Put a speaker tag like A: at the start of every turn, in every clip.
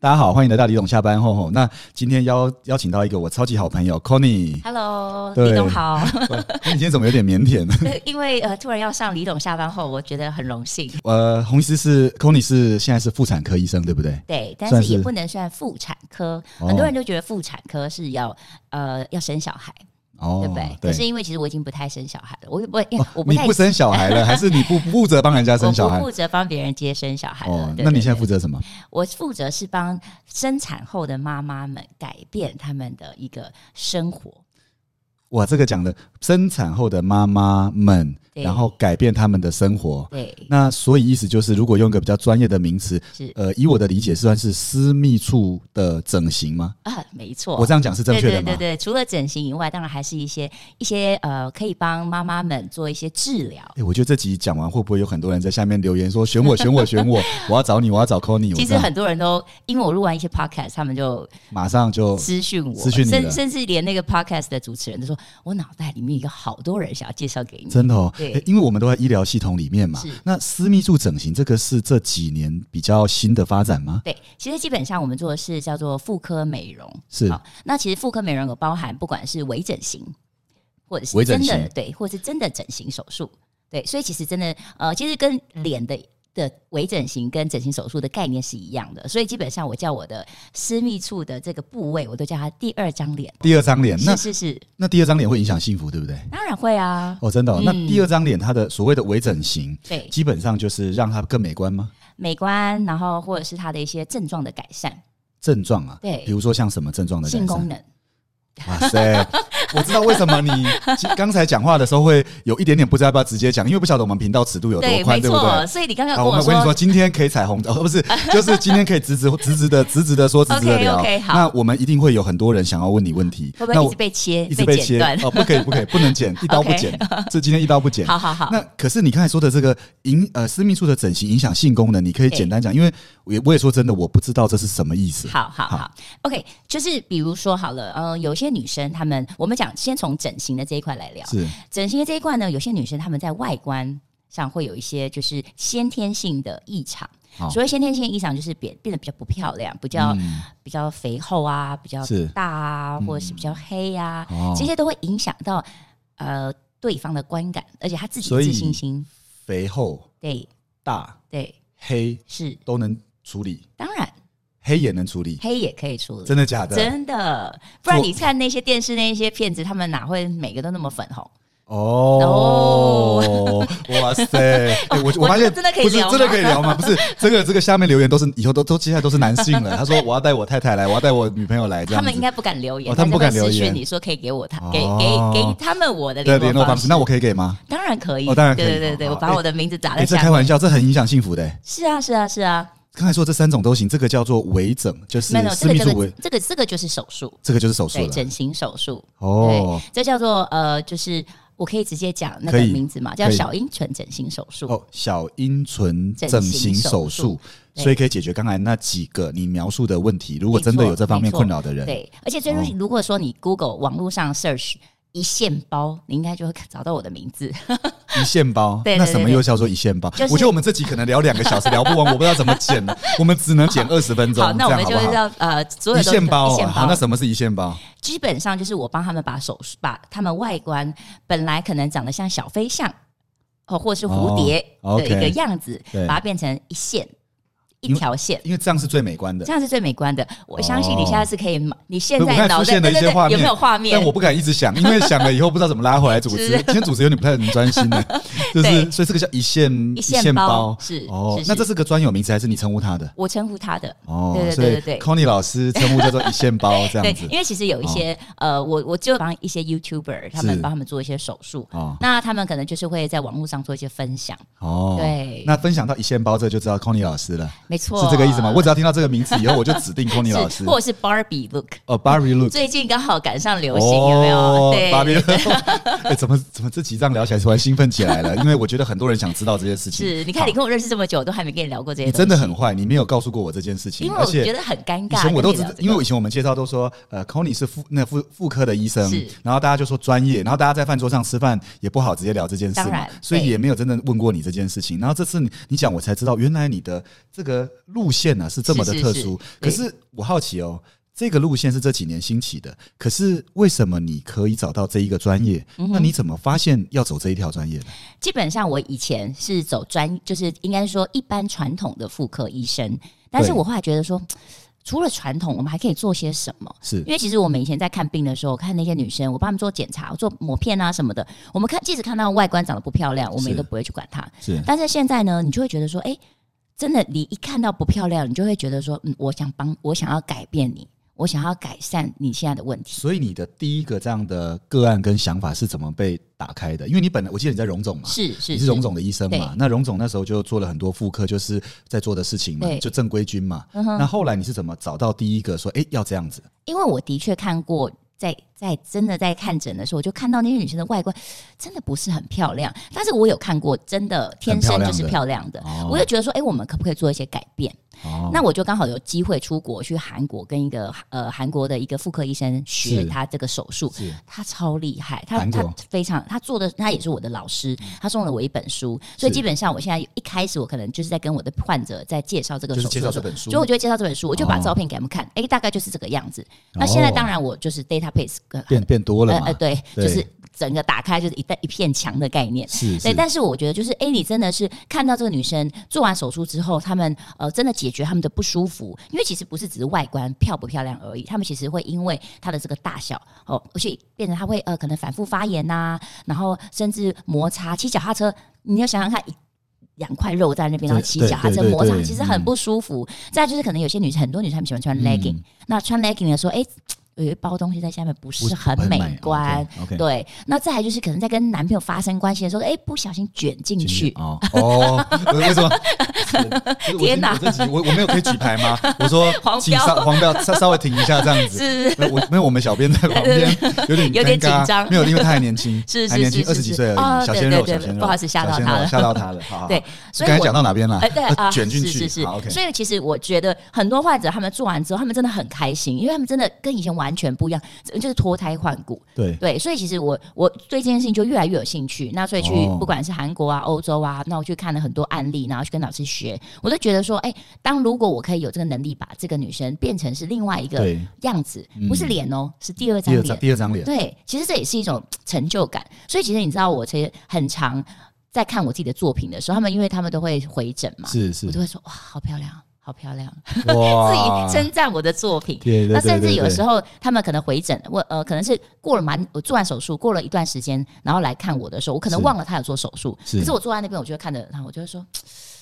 A: 大家好，欢迎来到李董下班后吼。那今天邀邀请到一个我超级好朋友 Conny，
B: Hello，
A: 对
B: 李董好。
A: 你今天怎么有点腼腆？
B: 因为呃，突然要上李董下班后，我觉得很荣幸。
A: 呃，红医师是 Conny 是现在是妇产科医生对不对？
B: 对，但
A: 算
B: 是
A: 是
B: 也不能算妇产科，
A: 哦
B: 很多人都觉得妇产科是要呃要生小孩，
A: 哦
B: 对不对？可是因为其实我已经不太生小孩了，我也不会
A: 哦
B: 我不
A: 你
B: 太
A: 不生小孩 了，还是你不不负责帮人家生小
B: 我
A: 孩哦
B: 不？负责帮别人接生小孩了。对
A: 那你现在
B: 对
A: 负责什么？
B: 我负责是帮生产后的妈妈们改变他们的一个生活。
A: 哇，这个讲的生产后的妈妈们，
B: 对
A: 然后改变他们的生活。
B: 对，
A: 那所以意思就是，如果用一个比较专业的名词，
B: 是
A: 呃，以我的理解，算是私密处的整形吗？
B: 啊，没错。
A: 我这样讲是正确的吗？
B: 对对对对，除了整形以外，当然还是一些一些呃，可以帮妈妈们做一些治疗。
A: 哎、我觉得这集讲完，会不会有很多人在下面留言说选我、选我、选 我？我要找你，我要找 Conny。
B: 其
A: 我这
B: 实
A: 样
B: 很多人都因为我录完一些 podcast，他们就
A: 马上就
B: 私讯我，
A: 私讯你了
B: 甚甚至连那个 podcast 的主持人都说，我脑袋里面有好多人想要介绍给你。
A: 真的哦、
B: 对
A: 诶因为我们都在医疗系统里面嘛
B: 是。
A: 那私密处整形这个是这几年比较新的发展吗？
B: 对，其实基本上我们做的是叫做妇科美容。
A: 是
B: 好，那其实妇科美容有包含不管是微整形，或者是
A: 微整
B: 真的
A: 形
B: 对，或者是真的整形手术，对，所以其实真的呃，其实跟脸的。的微整形跟整形手术的概念是一样的，所以基本上我叫我的私密处的这个部位，我都叫它第二张脸。
A: 第二张脸，那
B: 是是是，
A: 那第二张脸会影响幸福，对不对？
B: 当然会啊，
A: 哦，真的、哦。
B: 嗯
A: 那第二张脸它的所谓的微整形，
B: 对
A: 基本上就是让它更美观吗？
B: 美观，然后或者是它的一些症状的改善，
A: 症状啊，
B: 对
A: 比如说像什么症状的改
B: 性
A: 善？
B: 功能。
A: 哇塞！ 我知道为什么你其刚才讲话的时候会有一点点不知道要不要直接讲，因为不晓得我们频道尺度有多
B: 对，
A: 宽，
B: 没
A: 对不对？
B: 错。所以你刚刚
A: 啊，
B: 跟
A: 我们跟你说，今天可以彩虹哦，不 是，就是今天可以直直直直的直直的说，直直的聊。
B: OK，OK，好
A: 那我们一定会有很多人想要问你问题，
B: 会不
A: 那
B: 会一
A: 我
B: 直被切、
A: 一直被切
B: 剪断？
A: 哦，不可以，不可以，不能 剪，一刀不
B: OK
A: 剪，这今天一刀不剪。
B: 好好好，
A: 那可是你刚才说的这个影呃私密处的整形影响性功能，你可以
B: 对
A: 简单讲，因为我也我也说真的，我不知道这是什么意思。
B: 好好
A: 好
B: 好，OK，就是比如说好了，呃，有些女生她们，我们讲先从整形的这一块来聊。
A: 是
B: 整形的这一块呢，有些女生她们在外观上会有一些就是先天性的异常
A: 好。嗯
B: 所谓先天性异常，就是变变得比较不漂亮，比较、比较肥厚啊，比较
A: 是嗯
B: 大啊，或者是比较黑啊，
A: 哦
B: 这些都会影响到呃对方的观感，而且她自己
A: 所
B: 的
A: 以
B: 自信心。
A: 肥厚
B: 对
A: 大
B: 对，
A: 黑
B: 是
A: 都能处理，
B: 当然
A: 黑也能处理，
B: 黑也可以处理。
A: 真的假的？
B: 真的，不然
A: 做
B: 你看那些电视那些片子，他们哪会每个都那么粉红？
A: 哦，哇 塞！欸我我
B: 我
A: 发现
B: 真的可以
A: 不是
B: 聊吗
A: 真的可以聊吗？不是这个这个下面留言都是以后都都接下来都是男性了。他说我要带我太太来，我要带我女朋友来，这
B: 他
A: 样子
B: 们应该不敢留言，
A: 哦他们不
B: 大家
A: 敢留
B: 都私讯
A: 言
B: 你说可以给我他、
A: 哦
B: 给给给他们我的
A: 对
B: 联
A: 联
B: 络
A: 络
B: 方
A: 方式，那我可以给吗？
B: 当然可以，
A: 哦当然可以
B: 对对对对，
A: 好好
B: 我把我的名字打
A: 哎，
B: 在
A: 这开
B: 下面。
A: 玩笑，这很影响幸福的欸。
B: 是啊是啊是啊，
A: 刚才说这三种都行，这个叫做微整，就是
B: 没有没有这
A: 私
B: 个
A: 密
B: 这
A: 处
B: 个
A: 微，
B: 这个这个就是手术，
A: 这个就是手术
B: 对，
A: 了。
B: 整形手术，
A: 哦
B: 对，这叫做呃，就是我可以直接讲那个
A: 可以
B: 名字嘛，叫
A: 可以
B: 小阴唇整形手术。
A: 哦，小阴唇
B: 整
A: 整形
B: 形
A: 手
B: 手
A: 术
B: 术，对
A: 所以可以解决刚才那几个你描述的问题。如果真的有这方面
B: 没错
A: 困扰的人，
B: 对，而且最入
A: 哦
B: 如果说你 Google 网络上 search 一线包，你应该就会找到我的名字。
A: 一线包，
B: 对对
A: 那
B: 对
A: 什么
B: 对
A: 又叫做一线包？
B: 就是
A: 我觉得我们这集可能聊两个小时聊不完，我不知道怎么剪了，我们只能剪二十分钟，
B: 好，
A: 这
B: 那我
A: 样
B: 们
A: 好
B: 就
A: 不
B: 是
A: 好？
B: 要呃，所有
A: 一
B: 都是
A: 线包
B: 一
A: 哦，
B: 线
A: 好，
B: 包
A: 那什么是一线包？
B: 基本上就是我帮他们把手术，把他们外观本来可能长得像小飞象哦，或是蝴蝶
A: 哦
B: 的一个
A: ，OK
B: 样子，
A: 对
B: 把它变成一线
A: 因
B: 一
A: 为
B: 条线。
A: 因为这样是最美观的
B: 这。样是最美观的，我相信你
A: 哦
B: 下次可以买。你现
A: 所以我
B: 在
A: 看
B: 脑
A: 出
B: 袋
A: 现了
B: 对
A: 一
B: 对
A: 些
B: 对
A: 画面，
B: 有没有画面
A: 但？我不敢一直想，因为想了以后不知道怎么拉回来主持。
B: 是
A: 今天主持有点不太能专心 呢，就是
B: 对
A: 所以这个叫一线
B: 一
A: 线
B: 线包是
A: 哦
B: 是，是
A: 那这是个专有名词还是你称呼它的？
B: 我称呼他的，
A: 哦，
B: 对对
A: 所以
B: 对对对
A: Conny 老师称呼叫做一线包这
B: 对
A: 样子，哦
B: 因为其实有一些、呃，我我就帮一些 YouTuber 他
A: 是
B: 们帮他们做一些手术，
A: 哦
B: 那他们可能就是会在网络上做一些分享，
A: 哦。
B: 对
A: 那分享到一线包这就知道 Conny 老师了。
B: 没错，
A: 是这个意思吗？我只要听到这个名词以后，我就指定 Conny
B: 是
A: 老师。
B: 或者是 Barbie look，
A: 哦，Barry Look，
B: 最近刚好赶上流行，
A: 哦
B: 有没有？对
A: 芭比 哎，怎么怎么这几仗聊起来突然兴奋起来了？因为我觉得很多人想知道这件事情。
B: 是，你看你
A: 好
B: 跟我认识这么久，都还没跟你聊过这些
A: 你
B: 东西，
A: 真的很坏，你没有告诉过我这件事情，
B: 因为
A: 而
B: 我
A: 且
B: 觉得很尴
A: 以
B: 尬，
A: 前我
B: 跟
A: 都
B: 你
A: 知
B: 聊
A: 道
B: 这，个
A: 因为以前我们介绍都说，呃，Conny 是妇那妇妇科的医生
B: 是，
A: 然后大家就说专业，然后大家在饭桌上吃饭也不好直接聊这件事
B: 当
A: 嘛
B: 然，
A: 所以
B: 对
A: 也没有真正问过你这件事情。然后这次你你讲，我才知道原来你的这个个路线啊呢、是这么的
B: 是是
A: 特
B: 是
A: 殊，
B: 对
A: 可是我好奇哦。这个路线是这几年兴起的，可是为什么你可以找到这一个专业？
B: 嗯
A: 那你怎么发现要走这一条专业的？
B: 基本上我以前是走专，就是应该说一般传统的妇科医生，但是
A: 对
B: 我后来觉得说，除了传统，我们还可以做些什么？
A: 是
B: 因为其实我们以前在看病的时候，看那些女生，我帮她们做检查，我做抹片啊什么的，我们看即使看到外观长得不漂亮，我们也
A: 是
B: 都不会去管它。
A: 是
B: 但是现在呢，你就会觉得说，哎、真的，你一看到不漂亮，你就会觉得说，嗯，我想帮，我想要改变你，我想要改善你现在的问题。
A: 所以你的第一个这样的个案跟想法是怎么被打开的？因为你本来我记得你在荣总嘛，
B: 是是
A: 你是荣总的医生嘛
B: 对？
A: 那荣总那时候就做了很多妇科就是在做的事情嘛，
B: 对
A: 就正规军嘛。
B: 嗯哼
A: 那后来你是怎么找到第一个说，哎、要这样子？
B: 因为我的确看过，在在真的在看诊的时候，我就看到那些女生的外观真的不是很漂亮，但是我有看过真的天生就是漂亮的，
A: 哦
B: 我也觉得说，哎、我们可不可以做一些改变？
A: 哦
B: 那我就刚好有机会出国去韩国，跟一个呃韩国的一个妇科医生学
A: 是
B: 他这个手术。
A: 是
B: 他超厉害，他
A: 韩国嗯
B: 他非常，他做的他也是我的老师，他送了我一本书，所以
A: 是
B: 基本上我现在一开始我可能就是在跟我的患者在介绍这个
A: 就
B: 手
A: 是
B: 术
A: 介绍
B: 的时候，
A: 这本书
B: 所以，我就会介绍这本书，我就把
A: 哦
B: 照片给他们看，哎、大概就是这个样子。那现在当然我就是 database 呃
A: 变变多了
B: 呃
A: 嘛？
B: 呃对，
A: 对
B: 就是整个打开就是一大一片墙的概念。
A: 是
B: 对，
A: 是
B: 但是我觉得就是，哎、你真的是看到这个女生做完手术之后，她们呃真的解决她们的不舒服，因为其实不是只是外观漂不漂亮而已，她们其实会因为她的这个大小哦，而且变成她会呃可能反复发炎呐、然后甚至摩擦骑脚踏车，你要想想看一。两块肉在那边，然后骑
A: 对
B: 脚踏车
A: 对对
B: 摩擦，
A: 对
B: 其实很
A: 嗯
B: 不舒服。再来就是，可能有些女生，很多女生她们喜欢穿 legging，、那穿 legging 的时候，哎、有一包东西在下面，不是很
A: 哦
B: 美观。。
A: OK，
B: 对，那再来就是可能在跟男朋友发生关系的时候，哎、不小心卷进去，
A: 哦哦，为为什么？我
B: 天哪！
A: 我这集我我没有可以举牌吗？我说
B: 黄标
A: 请稍黄标稍稍微停一下这样子。
B: 是
A: 没有我没有，我们小编在旁边有点
B: 有点
A: 尴尬
B: 紧张
A: 没有，因为他还年轻，
B: 是是
A: 还年轻，
B: 是
A: 二
B: 是
A: 十几岁而
B: 哦
A: 已，小鲜肉，
B: 对对对
A: 小鲜肉，
B: 不好意思吓到
A: 小鲜
B: 他
A: 肉
B: 了
A: 吓到他了，好好好
B: 对，所以
A: 啊刚才
B: 我
A: 讲到哪边了
B: 哎、？对啊，
A: 卷进去，
B: 是是
A: 好，OK
B: 是。所以其实我觉得很多患者他们做完之后，他们真的很开心，因为他们真的跟以前完全不一样，就是脱胎换骨。
A: 对，
B: 对，所以其实我我对这件事情就越来越有兴趣。那所以去
A: 哦
B: 不管是韩国啊、欧洲啊，那我去看了很多案例，然后去跟老师学，我都觉得说，哎、当如果我可以有这个能力把这个女生变成是另外一个
A: 对
B: 样子
A: 嗯，
B: 不是脸哦、是第二张
A: 第二
B: 脸
A: 张。第二张脸，
B: 对，其实这也是一种成就感。所以其实你知道，我其实很常在看我自己的作品的时候，他们因为他们都会回诊嘛，
A: 是是
B: 我，都会说哇，好漂亮，好漂亮，
A: 哇
B: 自己称赞我的作品。
A: 对对对
B: 那甚至有时
A: 候
B: 候他们可能回诊，我呃可能是过了蛮我做完手术过了一段时间，然后来看我的时候，我可能
A: 是
B: 忘了他有做手术，
A: 是
B: 可是我坐在那边，我就会看着他，我就会说，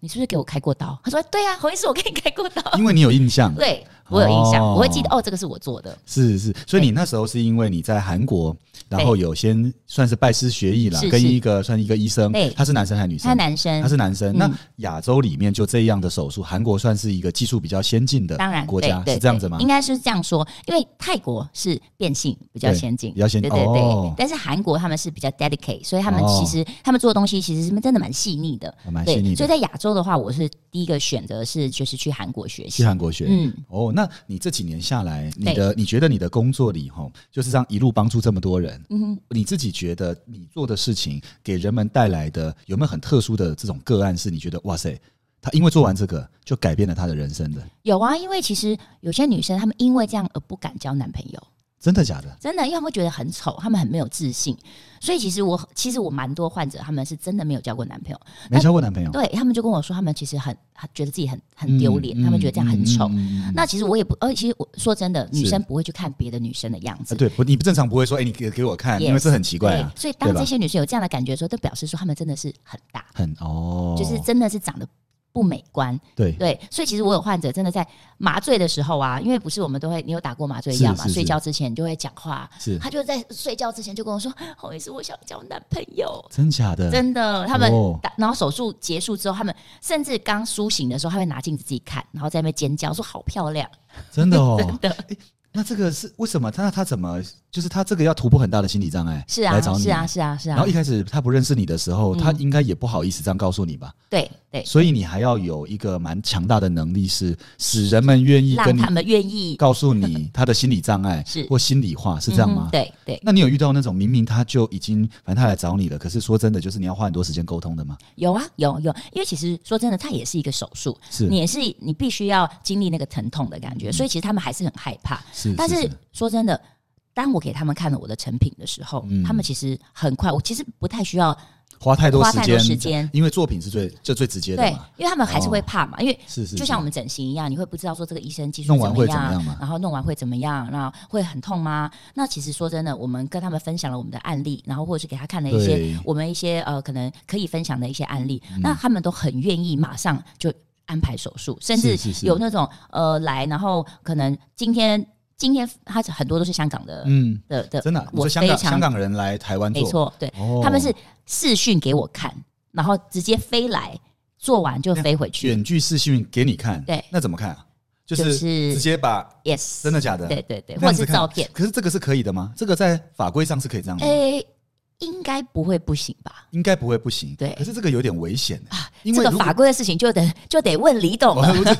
B: 你是不是给我开过刀？他 说对啊，侯医师，我给你开过刀。
A: 因为你有印象，
B: 对我有印象，
A: 哦
B: 我会记得哦，这个是我做的，
A: 是是，所以你那时候是因为你在韩国，然后有先算是拜师学艺啦
B: 是，
A: 跟
B: 是
A: 一个算一个医生
B: 对，
A: 他是男生还是女
B: 他
A: 生
B: 是？男生
A: 他，是男生。那
B: 嗯
A: 亚洲里面就这样的手术，韩国算是一个技术比较先进的
B: 当然
A: 国
B: 对
A: 家，
B: 对
A: 是这样子吗
B: 对应？该是这样说，因为泰国是变性比较
A: 对
B: 先进，
A: 比较先
B: 对对对。
A: 哦
B: 但是韩国他们是比较 dedicate，所以他们
A: 哦
B: 其实、他们做的东西其实是真的蛮细腻的。
A: 啊蛮细腻
B: 对，所
A: 的，
B: 以在亚洲的话，我是第一个选择是就是去韩国学
A: 去
B: 习。
A: 韩国学。
B: 嗯，
A: 哦，那你这几年下来，你的你觉得你的工作里吼，就是这样一路帮助这么多人，嗯，你自己觉得你做的事情给人们带来的有没有很特殊的这种个案？是你觉得哇塞，他因为做完这个就改变了他的人生的，
B: 有啊，因为其实有些女生她们因为这样而不敢交男朋友，
A: 真的假的？
B: 真的，因为她们会觉得很丑，她们很没有自信。所以其实我其实我蛮多患者，她们是真的没有交过男朋友，
A: 没交过男朋友，
B: 对他们就跟我说，他们其实很很觉得自己很很丢脸，
A: 嗯
B: 她他们觉得这样很丑。
A: 嗯嗯嗯嗯
B: 那其实我也不，呃，其实我说真的，
A: 是
B: 女生不会去看别的女生的样子。
A: 啊对，不，你正常不会说，哎、你给给我看
B: Yes，
A: 因为这很奇怪啊，
B: 所以
A: 对
B: 当
A: 吧
B: 这些女生有这样的感觉的时候，都表示说她们真的是很大，
A: 很哦，
B: 就是真的是长得不美观。
A: 对
B: 对，所以其实我有患者真的在麻醉的时候啊，因为不是我们都会，你有打过麻醉药嘛？
A: 是是是
B: 睡觉之前你就会讲话，
A: 是
B: 他就在睡觉之前就跟我说：“好意思，我想交男朋友。”
A: 真假的，
B: 真的，他们
A: 哦
B: 打，然后手术结束之后，他们甚至刚苏醒的时候，他会拿镜子自己看，然后在那边尖叫说好漂亮。
A: 真的哦，
B: 的
A: 诶那这个是为什么？他他怎么就是他这个要突破很大的心理障碍，
B: 是啊
A: 来找，你
B: 是啊，是啊，是
A: 然
B: 啊
A: 后一，开始他不认识你的时候，他
B: 嗯
A: 应该也不好意思这样告诉你吧，
B: 对对，
A: 所以你还要有一个蛮强大的能力，是使人们愿意
B: 让
A: 跟你
B: 他们愿意
A: 告诉你他的心理障碍
B: 是
A: 或心里话，是这样吗
B: 嗯？对对，
A: 那你有遇到那种明明他就已经，反正他来找你了，可是说真的，就是你要花很多时间沟通的吗？
B: 有啊，有有，因为其实说真的，它也是一个手术，
A: 是嗯
B: 你也是你必须要经历那个疼痛的感觉，所以其实他们还是很害怕。
A: 是，
B: 但是说真的，当我给他们看了我的成品的时候，
A: 嗯
B: 他们其实很快，我其实不太需要
A: 花太多
B: 花
A: 时
B: 太
A: 间，
B: 多时间。
A: 因为作品是最就最直接的
B: 对
A: 嘛，，哦
B: 因为他们还是会怕嘛，因为
A: 是是，
B: 就像
A: 是
B: 我们整形一样，你会不知道说这个医生技术
A: 弄
B: 怎
A: 完
B: 么
A: 会怎么
B: 样，
A: 样嘛？
B: 然后弄完会怎么样，然后会很痛吗？那其实说真的，我们跟他们分享了我们的案例，然后或者是给他看了一些
A: 对嗯
B: 我们一些呃可能可以分享的一些案例，那他们都很愿意马上就安排手术，甚至
A: 是是是
B: 有那种呃来，然后可能今天今天他很多都是香港的、
A: 嗯，
B: 的的，
A: 真的啊，你
B: 我
A: 说香
B: 非
A: 港
B: 常
A: 香港人来台湾做，
B: 没，错，对、
A: 哦
B: 他们是视讯给我看，然后直接飞来，做完就飞回去。
A: 远距视讯给你看，
B: 对
A: 那怎么看啊？就
B: 就是是
A: 直接把
B: yes，
A: 真的假的？
B: 对对对，
A: 那
B: 或
A: 样
B: 者
A: 子
B: 是
A: 看嗯
B: 照片，
A: 可是这个是可以的吗？这个在法规上是可以这样的吗，
B: 诶、应该不会不行吧？
A: 应该不会不行。
B: 对啊
A: 可是这个有点危险欸，因
B: 这
A: 为
B: 个
A: 如果哦
B: 法规的事情就得就得问李董了。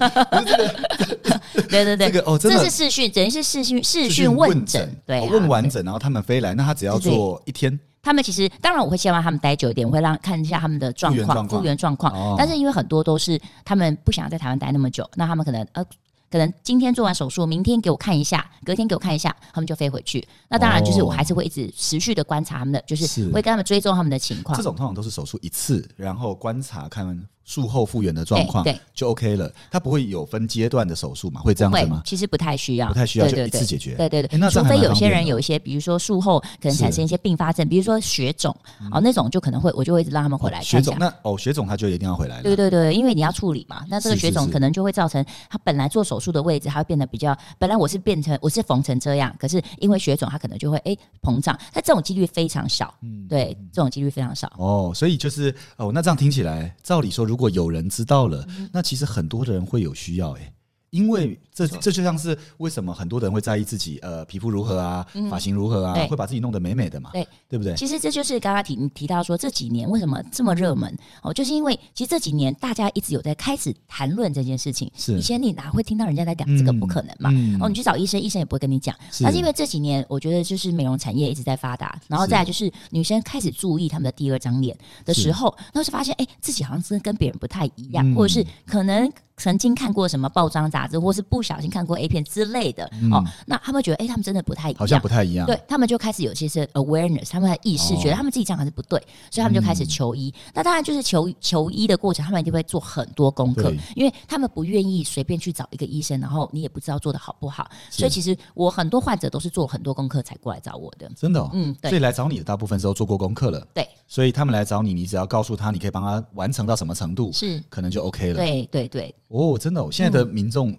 B: 对对对，
A: 这个哦真的
B: 这是视讯，等于是视讯视
A: 视
B: 讯
A: 讯
B: 问诊
A: 诊，，
B: 对啊、
A: 哦问完
B: 对
A: 诊，然后他们飞来，那他只要
B: 对对
A: 做一天，
B: 他们其实当然我会希望他们待久一点，我会让看一下他们的状
A: 复原状
B: 况、
A: 况
B: 复原状况。
A: 哦
B: 但是因为很多都是他们不想在台湾待那么久，那他们可能呃。可能今天做完手术，明天给我看一下，隔天给我看一下，他们就飞回去。那当然，就是我
A: 哦
B: 还是会一直持续的观察他们的，就是
A: 是
B: 会跟他们追踪他们的情况
A: 这。种通常都是手术一次，然后观察看术后复原的状况
B: 哎对对
A: 就 OK 了。它不会有分阶段的手术嘛？会这样子
B: 会
A: 吗，？
B: 其实不太需要，
A: 不太需要
B: 对对
A: 就一次
B: 对
A: 解决
B: 对对
A: 诶
B: 对，
A: 那这
B: 除
A: 样还
B: 非
A: 蛮
B: 有些
A: 方便
B: 人
A: 的
B: 有一些，比如说术后可能产
A: 是
B: 生一些并发症，比如说血肿，哦，那种就可能会，我就会一直让他们回来
A: 哦
B: 看
A: 血
B: 一下
A: 肿，。那哦，血肿他就一定要回来了。
B: 对对对，因为你要处理嘛，那这个
A: 是
B: 血
A: 是
B: 肿
A: 是
B: 可能就会造成他本来做手术的位置，它会变得比较，本来我是变成我是缝成这样，可是因为血肿，它可能就会哎膨胀，那这种几率非常少，
A: 嗯
B: 对，这种几率非常少。
A: 哦，所以就是哦，那这样听起来，照理说，如果有人知道了，
B: 嗯
A: 那其实很多的人会有需要诶、欸因为这这就像是为什么很多的人会在意自己呃皮肤如何啊，发型如何啊，
B: 嗯对
A: 会把自己弄得美美的嘛，
B: 对
A: 对不对？
B: 其实这就是刚刚提你提到说这几年为什么这么热门哦，就是因为其实这几年大家一直有在开始谈论这件事情。
A: 是
B: 以前你哪会听到人家在讲这个
A: 嗯
B: 不可能嘛？
A: 嗯
B: 哦，你去找医生，医生也不会跟你讲。
A: 是
B: 但是因为这几年，我觉得就是美容产业一直在发达，然后再来就是女生开始注意她们的第二张脸的时候，那是发现哎、自己好像真的跟别人不太一样，
A: 嗯
B: 或者是可能曾经看过什么报章杂志，或是不小心看过 A 片之类的、哦，那他们觉得哎、她们真的不太一
A: 嗯
B: 样，
A: 好像不太一样，
B: 对他们就开始有些是 awareness，他们的意识
A: 啊哦嗯
B: 觉得他们自己这样还是不对，所以他们就开始求医。那当然就是求求医的过程，他们一定会做很多功课
A: 对，
B: 因为他们不愿意随便去找一个医生，然后你也不知道做的好不好。所以其实我很多患者都是做很多功课才过来找我的。
A: 真的、哦，
B: 嗯，
A: 所以
B: 对
A: 来找你的大部分时候做过功课了，
B: 对，
A: 所以他们来找你，你只要告诉他你可以帮他完成到什么程度，
B: 是，
A: 可能就 OK 了。
B: 嗯对嗯对对，
A: 哦，真的、哦，现在的民众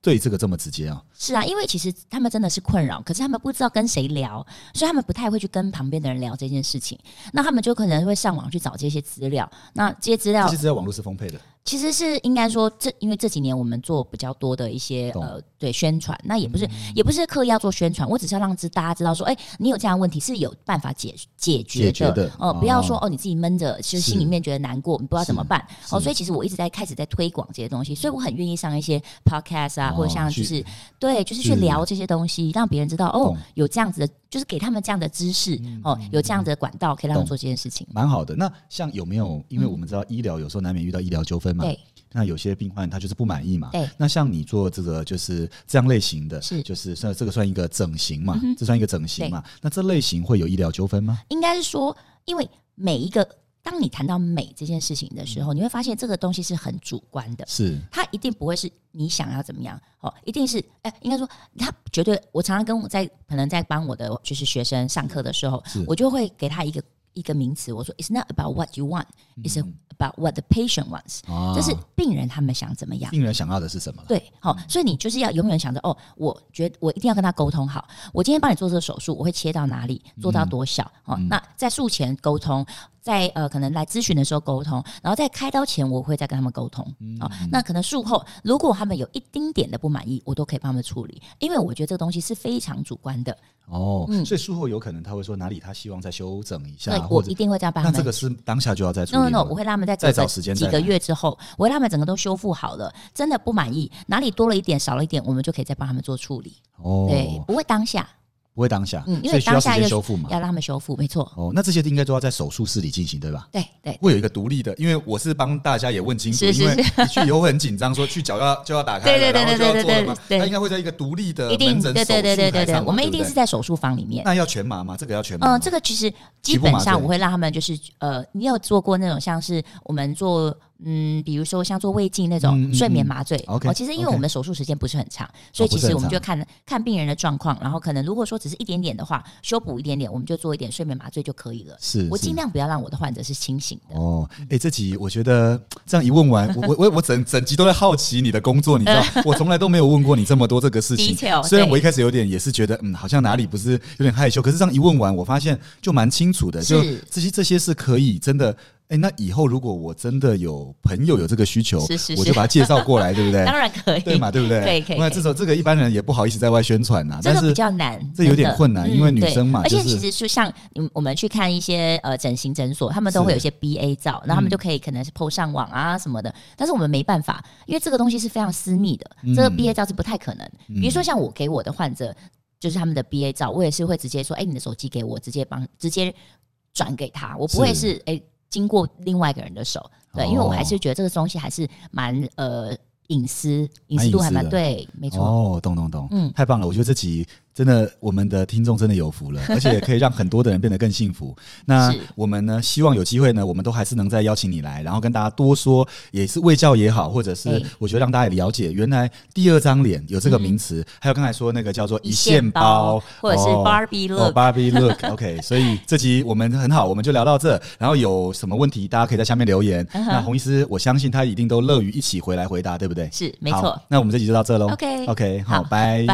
A: 对这个这么直接啊，
B: 是啊，因为其实他们真的是困扰，可是他们不知道跟谁聊，所以他们不太会去跟旁边的人聊这件事情。那他们就可能会上网去找这些资料，那这些资料
A: 这些资料网络是丰沛的，
B: 其实是应该说这，因为这几年我们做比较多的一些
A: 懂
B: 呃，对宣传，那也
A: 嗯
B: 不是、也不是刻意要做宣传，我只是要让知大家知道说，哎、你有这样的问题是有办法解解决
A: 解
B: 的，
A: 决的
B: 哦、不要说
A: 哦
B: 哦你自己闷着，其实
A: 是
B: 心里面觉得难过，你不知道怎么办
A: 是
B: 哦，所以其实我一直在开始在推广这些东西，所以我很愿意上一些 podcast 啊，
A: 哦
B: 或者像就
A: 去
B: 是对，就是
A: 是
B: 去聊这些东西，让别人知道哦
A: 懂，嗯
B: 有这样子的，就是给他们这样的知识、哦，有这样子的管道可以让他们
A: 懂
B: 做这件事情，啊
A: 蛮好的。那像有没有？因为我们知道医疗有时候难免遇到医疗纠纷嘛，
B: 对。
A: 那有些病患他就是不满意嘛，
B: 对
A: 那像你做这个就是这样类型的，
B: 是嗯
A: 就是算这个算一个整形嘛，这算一个整形嘛？那这类型会有医疗纠纷吗？
B: 应该是说，因为每一个当你谈到美这件事情的
A: 嗯
B: 时候，你会发现这个东西是很主观的。
A: 是
B: 它一定不会是你想要怎么样哦，一定是哎、应该说它绝对。我常常跟我在可能在帮我的就是学生上课的时候
A: 是，
B: 我就会给他一个一个名词，我说 "It's not about what you want, it's about what the patient wants"，、
A: 嗯啊，
B: 这是病人他们想怎么样。
A: 病人想要的是什么了？
B: 对，好、所以你就是要永远想着哦，我觉得我一定要跟他沟通好。
A: 嗯
B: 我今天帮你做这个手术，我会切到哪里，做到多小？哦，那在术前沟通，在呃可能来咨询的时候沟通，然后在开刀前我会再跟他们沟通
A: 嗯
B: 啊、哦。那可能术后如果他们有一丁点的不满意，我都可以帮他们处理，因为我觉得这个东西是非常主观的。
A: 哦，所以术后有可能他会说哪里他希望再修整一下，
B: 嗯对，
A: 或
B: 我
A: 者
B: 一定会这样帮他
A: 那
B: 们。
A: 这个是当下就要再处
B: no no
A: 理
B: no，
A: 吗
B: 我会让他们在
A: 再找
B: 整个
A: 时间
B: 几
A: 再
B: 个
A: 来
B: 月之后，我会让他们整个都修复好了，真的不满意，哪里多了一点、少了一点，我们就可以再帮他们做处理。
A: 哦，
B: 对，不会当下，
A: 不会当下，
B: 嗯因为
A: 所以需要
B: 当
A: 时
B: 下
A: 间
B: 又
A: 修复嘛。
B: 要让他们修复，没错。
A: 哦，那这些应该都要在手术室里进行，对吧？
B: 对对，
A: 会有一个独立的，因为我是帮大家也问清楚，
B: 是是
A: 因为
B: 是
A: 你去以后会很紧张，说去脚 要就要打开
B: 对
A: 了，
B: 对对
A: 然后就要
B: 对对
A: 做了嘛
B: 对对
A: 他应该会在一个独立的
B: 一定
A: 呃门诊
B: 对对
A: 手
B: 对对
A: 术
B: 对
A: 台
B: 对，
A: 上嘛，
B: 我们一
A: 对不
B: 定是
A: 对
B: 在手术房里面。
A: 那要全麻吗？这个要全麻吗？
B: 嗯，这个其实基
A: 部麻
B: 本上
A: 醉
B: 我会让他们就是呃，你有做过那种像是我们做嗯，比如说像做胃镜那
A: 嗯嗯嗯
B: 种睡眠麻醉。
A: OK，
B: 哦，其实因为
A: OK 哦
B: 我们手术时间不是很长，所以
A: 不
B: 其
A: 是很
B: 实我们就看看病人的状况，然后可能如果说只是一点点的话，修补一点点，我们就做一点睡眠麻醉就可以了。
A: 是
B: 我
A: 是
B: 尽量不要让我的患者是清醒的。
A: 哦，哎、这集我觉得这样一问完，我我我我整整集都在好奇你的工作，你知 道，我从来都没有问过你这么多这个事情
B: Detail，。
A: 虽然我
B: 对
A: 一开始有点也是觉得，嗯，好像哪里不是有点害羞，可是这样一问完，我发现就蛮清楚的，就是这些这些是可以真的。哎、那以后如果我真的有朋友有这个需求，
B: 是是
A: 我
B: 是
A: 就把他介绍过来，对不对？
B: 当然可以，
A: 对嘛，对不对？
B: 可以可以
A: 那
B: 可以
A: 这种这个一般人也不好意思在外宣传呐、
B: 这
A: 啊但
B: 个比
A: 是
B: 较难，
A: 这有点
B: 真的嗯
A: 困难因为女生嘛
B: 对
A: 就
B: 而且
A: 是
B: 其实就像嗯我们去看一些呃整形诊所，他们都
A: 是嗯
B: 会有一些 BA 照，然后他们就可以可能是 PO 上网啊什么的，但是我们没办法，因为这个东西是非常私密的，这个
A: 嗯
B: BA 照是不太可能。比如说像我给我的患者，就是他们的 BA 照，我也是会直接说，哎、你的手机给我，直接帮直接转给他，我不会
A: 是哦
B: 是哎、经过另外一个人的手，对，因为我还是觉得这个东西还是蛮呃隐私，隐私度还
A: 蛮
B: 蛮
A: 隐私的
B: 对，没错。
A: 哦，懂懂懂，嗯
B: 嗯，
A: 太棒了！我觉得这集真的，我们的听众真的有福 了，而且可以让很多的人变得更幸福。那
B: 是
A: 我们呢，希望有机会呢，我们都还是能再邀请你来，然后跟大家多说，也是卫教也好，或者是
B: 哎
A: 我觉得让大家也了解，原来第二张脸有这个名
B: 嗯
A: 词，还有刚才说那个叫做一线包，
B: 或者是
A: 哦
B: Barbie look
A: 哦、Barbie look，OK，、所 以这集我们很好，我们就聊到这。然后有什么问题，大家可以在下面留言。
B: 嗯
A: 那洪医师，我相信他一定都乐于一起回来回答，对不对？
B: 是没错
A: 好。那我们这集就到这喽。
B: OK
A: OK，好，
B: 好，拜。